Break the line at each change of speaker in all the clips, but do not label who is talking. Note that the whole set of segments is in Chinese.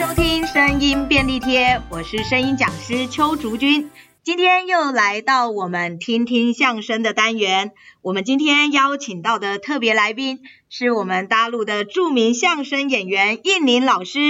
声音便利贴，我是声音讲师邱竹君。今天又来到我们听听相声的单元。我们今天邀请到的特别来宾是我们大陆的著名相声演员应林老师。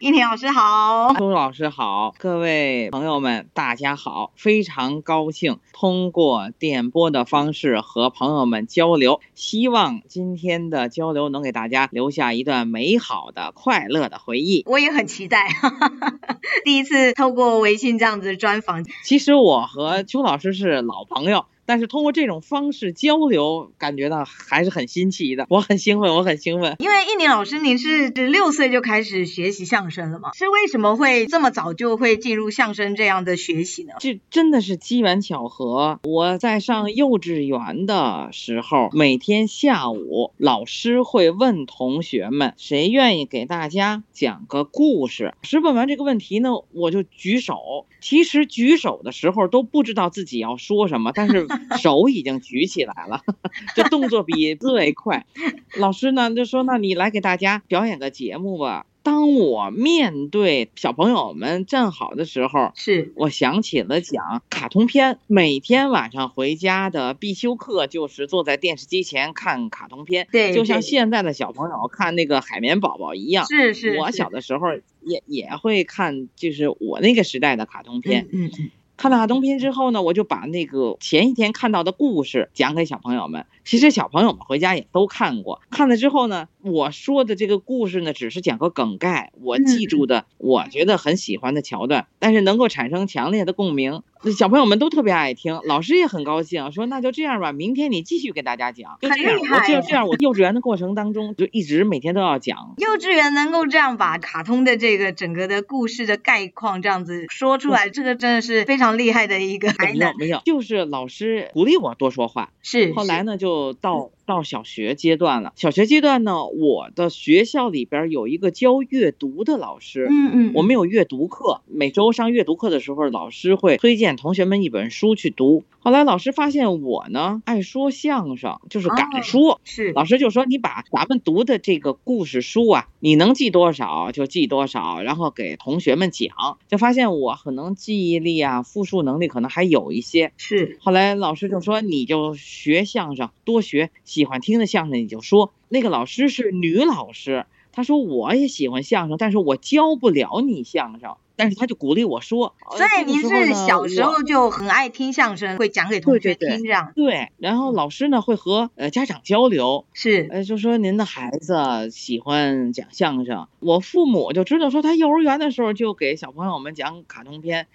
应林老师好，
邱老师好，各位朋友们大家好，非常高兴通过电波的方式和朋友们交流，希望今天的交流能给大家留下一段美好的、快乐的回忆。
我也很期待， 第一次透过微信这样子专访。
其实我和邱老师是老朋友。但是通过这种方式交流，感觉到还是很新奇的。我很兴奋，我很兴奋。
因为印尼老师，您是六岁就开始学习相声了吗？是为什么会这么早就会进入相声这样的学习呢？
这真的是机缘巧合。我在上幼稚园的时候，每天下午老师会问同学们，谁愿意给大家讲个故事？老师问完这个问题呢，我就举手。其实举手的时候都不知道自己要说什么，但是。手已经举起来了，这动作比思维快。老师呢就说：“那你来给大家表演个节目吧。”当我面对小朋友们站好的时候，
是
我想起了讲卡通片。每天晚上回家的必修课就是坐在电视机前看卡通片，
对，
就像现在的小朋友看那个海绵宝宝一样。
是是，
我小的时候也也会看，就是我那个时代的卡通片。
嗯嗯。
看了卡通片之后呢，我就把那个前一天看到的故事讲给小朋友们。其实小朋友们回家也都看过。看了之后呢，我说的这个故事呢，只是讲个梗概，我记住的，我觉得很喜欢的桥段，但是能够产生强烈的共鸣，小朋友们都特别爱听，老师也很高兴，说那就这样吧，明天你继续给大家讲。就这样，我就这样，我幼稚园的过程当中就一直每天都要讲。
幼稚园能够这样把卡通的这个整个的故事的概况这样子说出来，这个真的是非常。厉害的一个
没有没有，就是老师鼓励我多说话。
是
后来呢，就到到小学阶段了。小学阶段呢，我的学校里边有一个教阅读的老师。
嗯嗯，
我们有阅读课，每周上阅读课的时候，老师会推荐同学们一本书去读。后来老师发现我呢爱说相声，就是敢说。哦、
是
老师就说你把咱们读的这个故事书啊，你能记多少就记多少，然后给同学们讲。就发现我可能记忆力啊。复述能力可能还有一些，
是。
后来老师就说，你就学相声，多学，喜欢听的相声你就说。那个老师是女老师，她说我也喜欢相声，但是我教不了你相声。但是他就鼓励我说，
所以您是小时候就很爱听相声，会讲给同学听这样。
对，然后老师呢会和呃家长交流，
是，
呃就说您的孩子喜欢讲相声，我父母就知道说他幼儿园的时候就给小朋友们讲卡通片，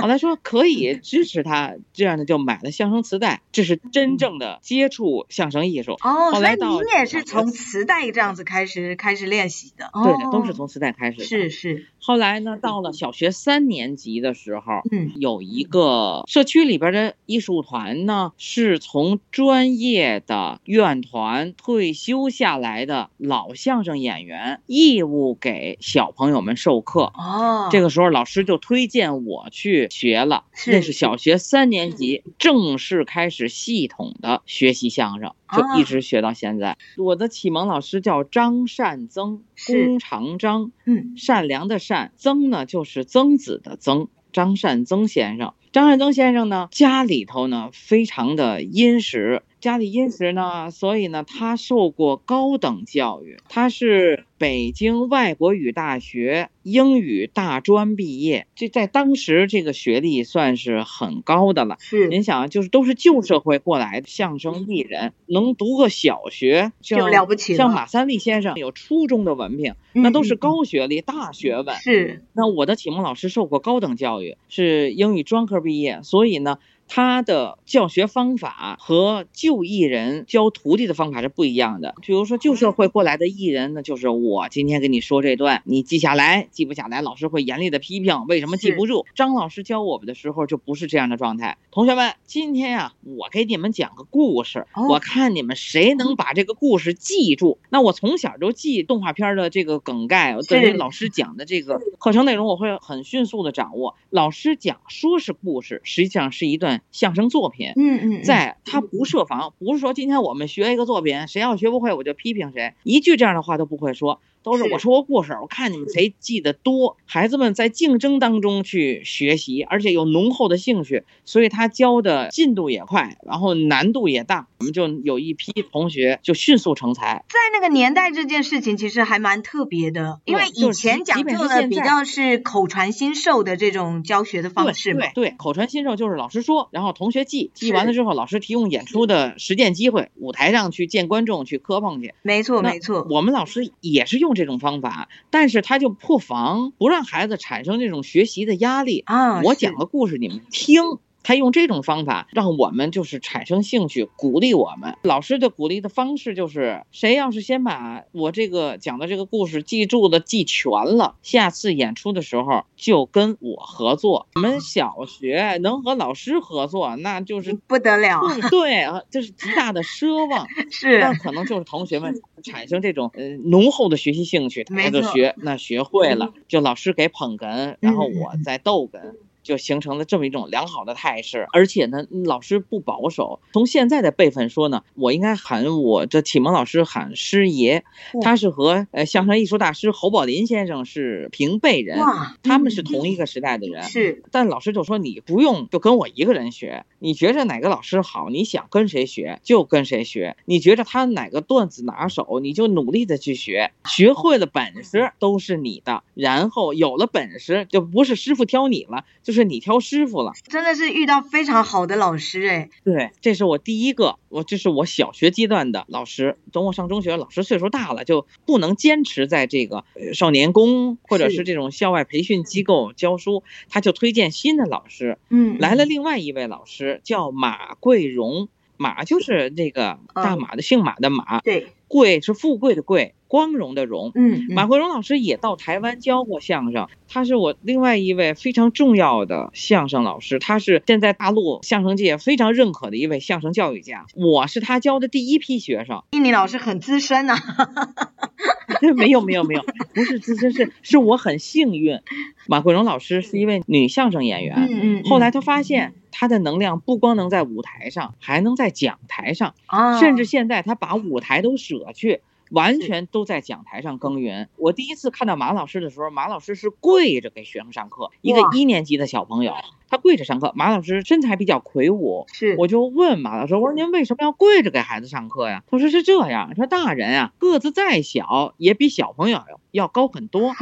后来说可以支持他，这样呢就买了相声磁带，这是真正的接触相声艺术。
哦，
后来到
你也是从磁带这样子开始开始练习的，哦
对的，都是从磁带开始。
是是。
后来呢，到了。小学三年级的时候，
嗯，
有一个社区里边的艺术团呢，是从专业的院团退休下来的老相声演员义务给小朋友们授课。
哦，
这个时候老师就推荐我去学了，
是
那是小学三年级正式开始系统的学习相声。就一直学到现在。我的启蒙老师叫张善增，弓长张，
嗯，
善良的善，曾呢就是曾子的曾，张善增先生。张善增先生呢，家里头呢非常的殷实，家里殷实呢，所以呢他受过高等教育，他是北京外国语大学英语大专毕业，这在当时这个学历算是很高的了。
是，
您想，就是都是旧社会过来的相声艺人，能读个小学
就了不起了，
像马三立先生有初中的文凭，那都是高学历、大学问。
嗯是，
那我的启蒙老师受过高等教育，是英语专科毕业，所以呢，他的教学方法和旧艺人教徒弟的方法是不一样的。比如说旧社会过来的艺人呢，就是我今天跟你说这段，你记下来，记不下来，老师会严厉的批评，为什么记不住？张老师教我们的时候就不是这样的状态。同学们，今天呀、啊，我给你们讲个故事，
哦
我看你们谁能把这个故事记住。那我从小就记动画片的这个梗概，对于
是
老师讲的这个课程内容，我会很迅速的掌握。老师讲说是故事，实际上是一段相声作品。
嗯嗯，嗯
在他不设防，不是说今天我们学一个作品，谁要学不会我就批评谁，一句这样的话都不会说。都是
是
我说故事，我看你们谁记得多。孩子们在竞争当中去学习，而且有浓厚的兴趣，所以他教的进度也快，然后难度也大。我们就有一批同学就迅速成才。
在那个年代，这件事情其实还蛮特别的，因为
对就
以
是
前
即
讲
即便
究
是
的
现
比
在
较是口传心授的这种教学的方式嘛
对。对，口传心授就是老师说，然后同学记，记完了之后，老师提供演出的实践机会，舞台上去见观众，去磕碰去。
没错，
那
没错，
我们老师也是用这种方法，但是他就破防，不让孩子产生这种学习的压力。
啊，
我
是
讲个故事，你们听。他用这种方法让我们就是产生兴趣，鼓励我们。老师的鼓励的方式就是，谁要是先把我这个讲的这个故事记住了、记全了，下次演出的时候就跟我合作。我们小学能和老师合作，那就是
不得 了，
对对啊，这是极大的奢望。
是
但可能就是同学们产生这种呃浓厚的学习兴趣，
嗯没
他就
错嗯
学那学会了，就老师给捧哏，然后
嗯嗯
我再逗哏。就形成了这么一种良好的态势，而且呢，老师不保守。从现在的辈分说呢，我应该喊我这启蒙老师喊师爷，他是和呃相声艺术大师侯宝林先生是平辈人，
哇，嗯
他们是同一个时代的人。
是
但老师就说你不用就跟我一个人学，你觉着哪个老师好，你想跟谁学就跟谁学，你觉着他哪个段子拿手，你就努力的去学，学会了本事都是你的，然后有了本事就不是师傅挑你了，就是你挑师傅了。
真的是遇到非常好的老师哎，
对，这是我第一个，我这是我小学阶段的老师。等我上中学，老师岁数大了，就不能坚持在这个呃少年宫或者
是
是这种校外培训机构教书，他就推荐新的老师。
嗯，
来了另外一位老师，叫马桂荣。马就是这个
嗯
大马的，姓马的马，
对，
桂是富贵的桂，光荣的荣。
嗯，
马
嗯
桂荣老师也到台湾教过相声，他是我另外一位非常重要的相声老师，他是现在大陆相声界非常认可的一位相声教育家。我是他教的第一批学生，
印尼老师很资深啊呐，
没有没有没有，不是资深，是是我很幸运。马桂荣老师是一位女相声演员，
嗯嗯，
后来
嗯
他发现他的能量不光能在舞台上，还能在讲台上，
啊，嗯
甚至现在他把舞台都舍去，完全都在讲台上耕耘。我第一次看到马老师的时候，马老师是跪着给学生上课，一个
哇嗯
一年级的小朋友，他跪着上课。马老师身材比较魁梧。
是
我就问马老师，我说您为什么要跪着给孩子上课呀？他说是这样，说大人啊个子再小也比小朋友要高很多。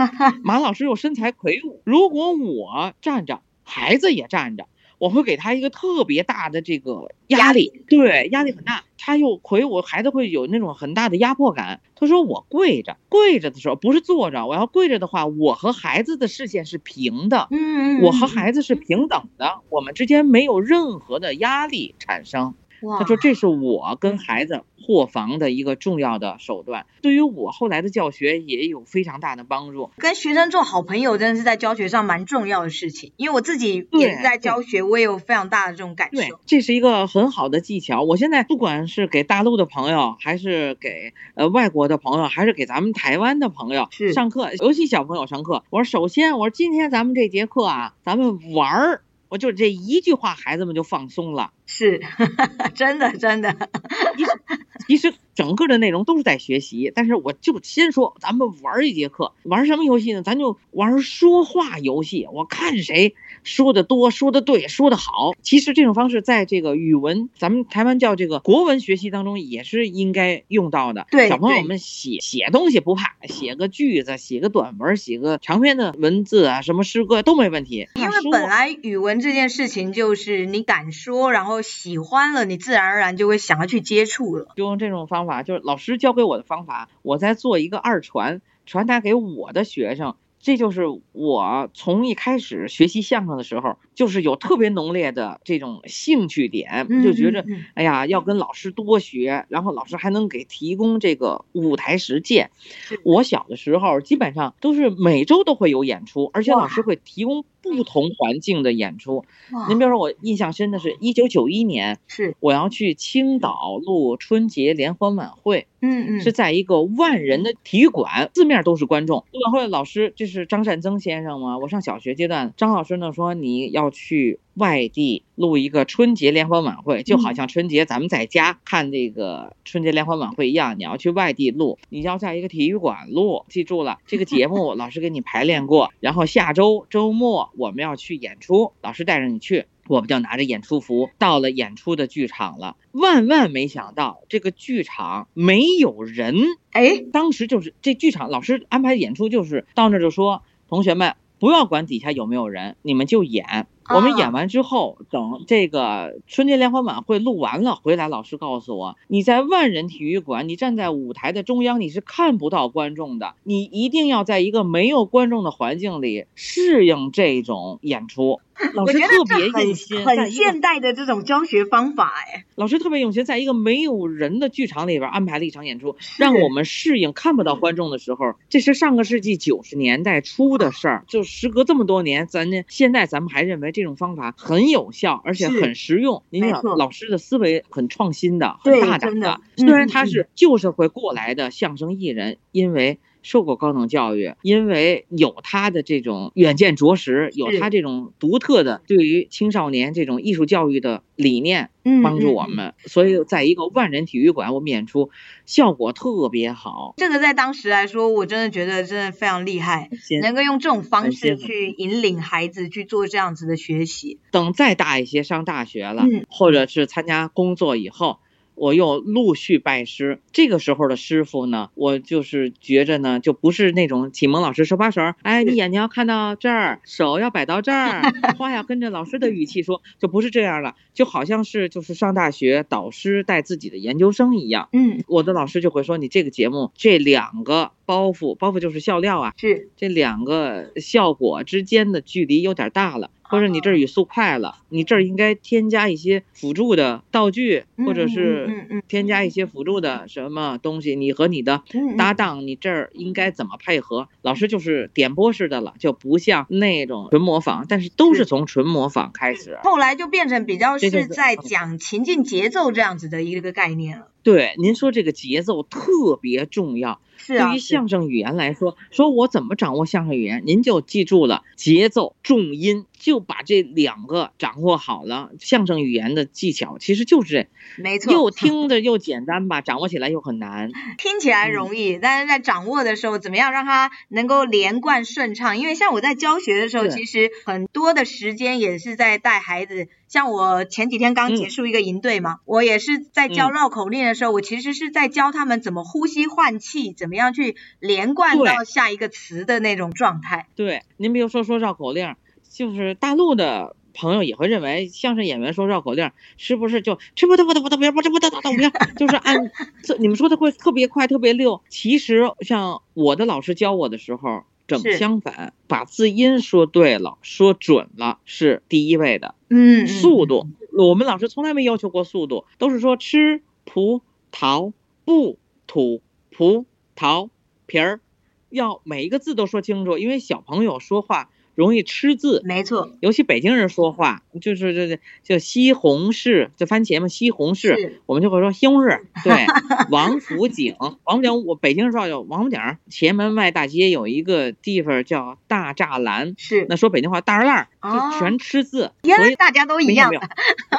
马老师又身材魁梧，如果我站着，孩子也站着，我会给他一个特别大的这个
压
压力，对，压力很大。他又魁梧，孩子会有那种很大的压迫感。他说我跪着，跪着的时候不是坐着，我要跪着的话，我和孩子的视线是平的，
嗯，嗯
我和
嗯
孩子是平等的，我们之间没有任何的压力产生。
哇
他说这是我
嗯
跟孩子破防的一个重要的手段，对于我后来的教学也有非常大的帮助。
跟学生做好朋友真的是在教学上蛮重要的事情，因为我自己也是
对
在教学，我也有非常大的这种感
对
受。，
这是一个很好的技巧。我现在不管是给大陆的朋友，还是给呃外国的朋友，还是给咱们台湾的朋友
是
上课，尤其小朋友上课，我说首先，我说今天咱们这节课啊，咱们玩儿，我就这一句话，孩子们就放松了。
是， 真的真的，
其实整个的内容都是在学习，但是我就先说，咱们玩儿一节课，玩什么游戏呢？咱就玩说话游戏，我看谁说的多、说的对、说的好。其实这种方式在这个语文，咱们台湾叫这个国文学习当中也是应该用到的。
对
小朋友
对
们写写东西不怕，写个句子、写个短文、写个长篇的文字啊，什么诗歌都没问题。
因为
说
本来语文这件事情就是你敢说，然后喜欢了，你自然而然就会想要去接触了。
就用这种方法，就是老师教给我的方法，我在做一个二传，传达给我的学生。这就是我从一开始学习相声的时候，就是有特别浓烈的这种兴趣点，就觉着
嗯，嗯嗯
哎呀，要跟老师多学，然后老师还能给提供这个舞台实践。我小的时候基本上都是每周都会有演出，而且
哇
老师会提供不同环境的演出。
哇
您比如说，我印象
嗯
深的是，一九九一年
是
我要去青岛录春节联欢晚会，
嗯嗯，
是在一个万人的体育馆，四面都是观众。陆委会老师，这是张善增先生吗？我上小学阶段，张老师呢说你要去外地录一个春节联欢晚会，就好像春节咱们在家看这个春节联欢晚会一样，你要去外地录，你要在一个体育馆录。记住了，这个节目老师给你排练过，然后下周周末我们要去演出，老师带着你去。我们就拿着演出服到了演出的剧场了，万万没想到这个剧场没有人。
哎，
当时就是这剧场老师安排演出，就是到那儿就说：“同学们不要管底下有没有人，你们就演。”我
啊
们演完之后，等这个春节联欢晚会录完了回来，老师告诉我，你在万人体育馆，你站在舞台的中央，你是看不到观众的，你一定要在一个没有观众的环境里适应这种 演出。老
我
师
觉得
特
这
别用
很
心，在
很
一个
现代的这种教学方法，哎，
老师特别用心，在一个没有人的剧场里边安排了一场演出，让我们适应看不到观众的时候。这是上个世纪九十年代初的事
啊
儿，就时隔这么多年，咱这现在咱们还认为这种方法很有效，而且
是
很实用。您
没
想，
错
老师的思维很创新的，
对
很大胆
真的
虽
嗯嗯
然他
嗯
是旧社会过来的相声艺人，因为。受过高等教育，因为有他的这种远见卓识，有
是
他这种独特的对于青少年这种艺术教育的理念，
嗯，
帮助
嗯
我。们，所以在一个万人体育馆，我们演出效果特别好。
这个在当时来说，我真的觉得真的非常厉害，
先
能够用这种方
很
式
辛苦
去引领孩子去做这样子的学习。
等再大一些，上大学了，
嗯
或者是参加工作以后，我又陆续拜师。这个时候的师傅呢，我就是觉着呢，就不是那种启蒙老师手把手儿，哎，你眼睛要看到这儿，手要摆到这儿，话要跟着老师的语气说，就不是这样了，就好像是就是上大学导师带自己的研究生一样。
嗯，
我的老师就会说，你这个节目这两个包袱，包袱就是笑料啊，
是
这两个效果之间的距离有点大了，或者你这儿语速快了，你这儿应该添加一些辅助的道具，或者
嗯
是
嗯嗯嗯
添加一些辅助的什么东西，你和你的
嗯嗯
搭档，你这儿应该怎么配合？老师就是点播式的了，就不像那种纯模仿，但是都
是
是从纯模仿开始。啊
后来就变成比较
这就是是
在
嗯
讲情境节奏这样子的一个概念了。
对，您说这个节奏特别重要。
是啊，
对于
是
相声语言来说，说我怎么掌握相声语言，您就记住了节奏、重音，就把这两个掌握好了。相声语言的技巧其实就是
没
这，又
错，嗯
听着又简单吧，掌握起来又很难。
听起来
嗯
容易，但是在掌握的时候，怎么样让它能够连贯顺畅？因为像我在教学的时候，
对
其实很多的时间也是在带孩子。像我前几天刚
嗯
结束一个营队嘛，我也是在教
嗯
绕口令的时候，我其实是在教他们怎么呼吸换气，怎么样去连贯
对
到下一个词的那种状态。
对，您比如说说绕口令儿，就是大陆的朋友也会认为相声演员说绕口令儿是不是就吃不得不得不得不得不得不得不得不就是按这你们说的会特别快特别溜。其实像我的老师教我的时候，正
是
相反，把字音说对了，说准了是第一位的。
嗯，嗯
速度，我们老师从来没要求过速度，都是说吃葡萄不吐葡萄皮儿，要每一个字都说清楚，因为小朋友说话容易吃字，
没错，
尤其北京人说话就是这这就西红柿，这番茄嘛，西红柿，我们就会说西红柿， 对，王府井，王府井，我北京人说叫王府井儿，前门外大街有一个地方叫大栅栏。
是
那说北京话，大栅栏儿
哦
就全吃字，
原
所
来
以
大家都一
没有
样
没，有。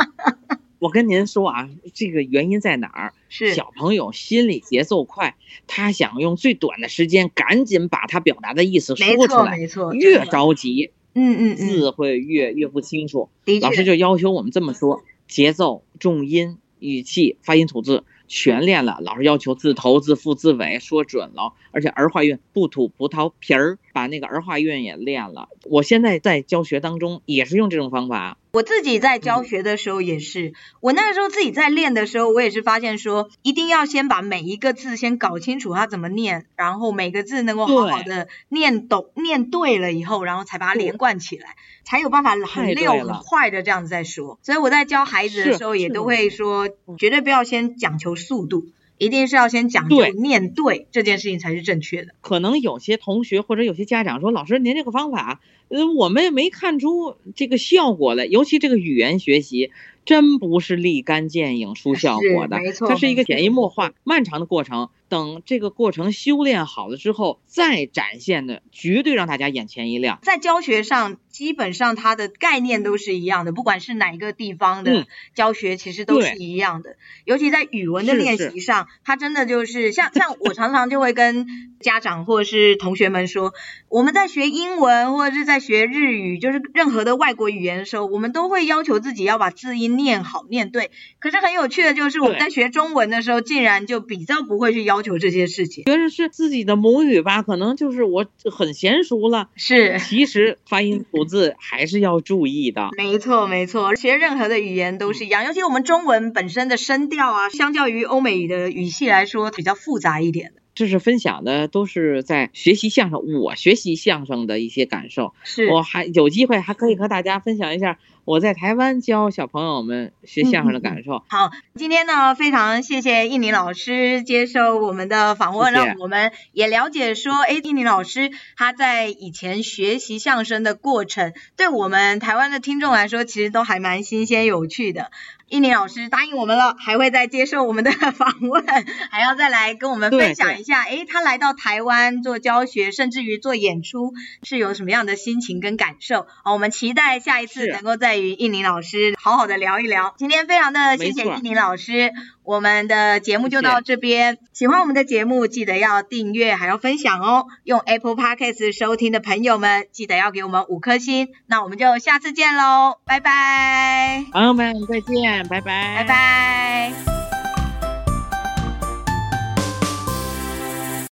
我跟您说啊，这个原因在哪儿？
是
小朋友心理节奏快，他想用最短的时间赶紧把他表达的意思
没
说出
错
来，
没错，
越
真的
着急
嗯嗯嗯，
字会越越不清楚。
的
老师
确
就要求我们这么说：节奏、重音、语气、发音、吐字全练了。老师要求字头、字腹、字尾说准了，而且儿化韵不吐葡萄皮儿，把那个儿化韵也练了。我现在在教学当中也是用这种方法。啊
我自己在教
嗯
学的时候也是，我那个时候自己在练的时候，我也是发现说，一定要先把每一个字先搞清楚它怎么念，然后每个字能够好好
对
的念懂、念对了以后，然后才把它
对
连贯起来，才有办法很
太对
溜、很
了
快的这样子再说。所以我在教孩子的
是
时候，也
是
都
的
会说，绝对不要先讲求速度，一定是要先讲究
对
念对这件事情才是正确的。
可能有些同学或者有些家长说：“老师，您这个方法，呃，我们也没看出这个效果来。尤其这个语言学习，真不是立竿见影出效果的
是没，错
它是一
没
个
错
潜移默化、漫长的过程。等这个过程修炼好了之后，再展现的，绝对让大家眼前一亮。
在教学上，基本上它的概念都是一样的，不管是哪一个地方的
嗯
教学，其实都是
对
一样的。尤其在语文的
是
练
是
习上，它真的就是像像我常常就会跟家长或者是同学们说，我们在学英文或者是在学日语，就是任何的外国语言的时候，我们都会要求自己要把字音念好、念对。可是很有趣的就是，我们
对
在学中文的时候，竟然就比较不会去要求这些事情。
觉得是自己的母语吧，可能就是我很娴熟了。
是。
其实发音吐字还是要注意的。
没错，没错，学任何的语言都是一样，尤其我们中文本身的声调啊，相较于欧美语的语系来说，比较复杂一点的。
这是分享的都是在学习相声，我学习相声的一些感受。
是，
我还有机会还可以和大家分享一下我在台湾教小朋友们学相声的感受。
好，今天呢，非常谢谢印尼老师接受我们的访问，
谢谢
让我们也了解说，哎，印尼老师他在以前学习相声的过程，对我们台湾的听众来说，其实都还蛮新鲜有趣的。印尼老师答应我们了，还会再接受我们的 访问，还要再来跟我们分
对
享
对
一下，哎，他来到台湾做教学，甚至于做演出，是有什么样的心情跟感受？好，我们期待下一次
是
能够再与印尼老师好好的聊一聊。今天非常的谢
没
谢
错
印尼老师，我们的节目就到这边。喜欢我们的节目，记得要订阅，还要分享哦。用 Apple Podcast 收听的朋友们，记得要给我们五颗星。那我们就下次见喽，拜拜，
朋友们，再见，拜
拜
拜，
拜。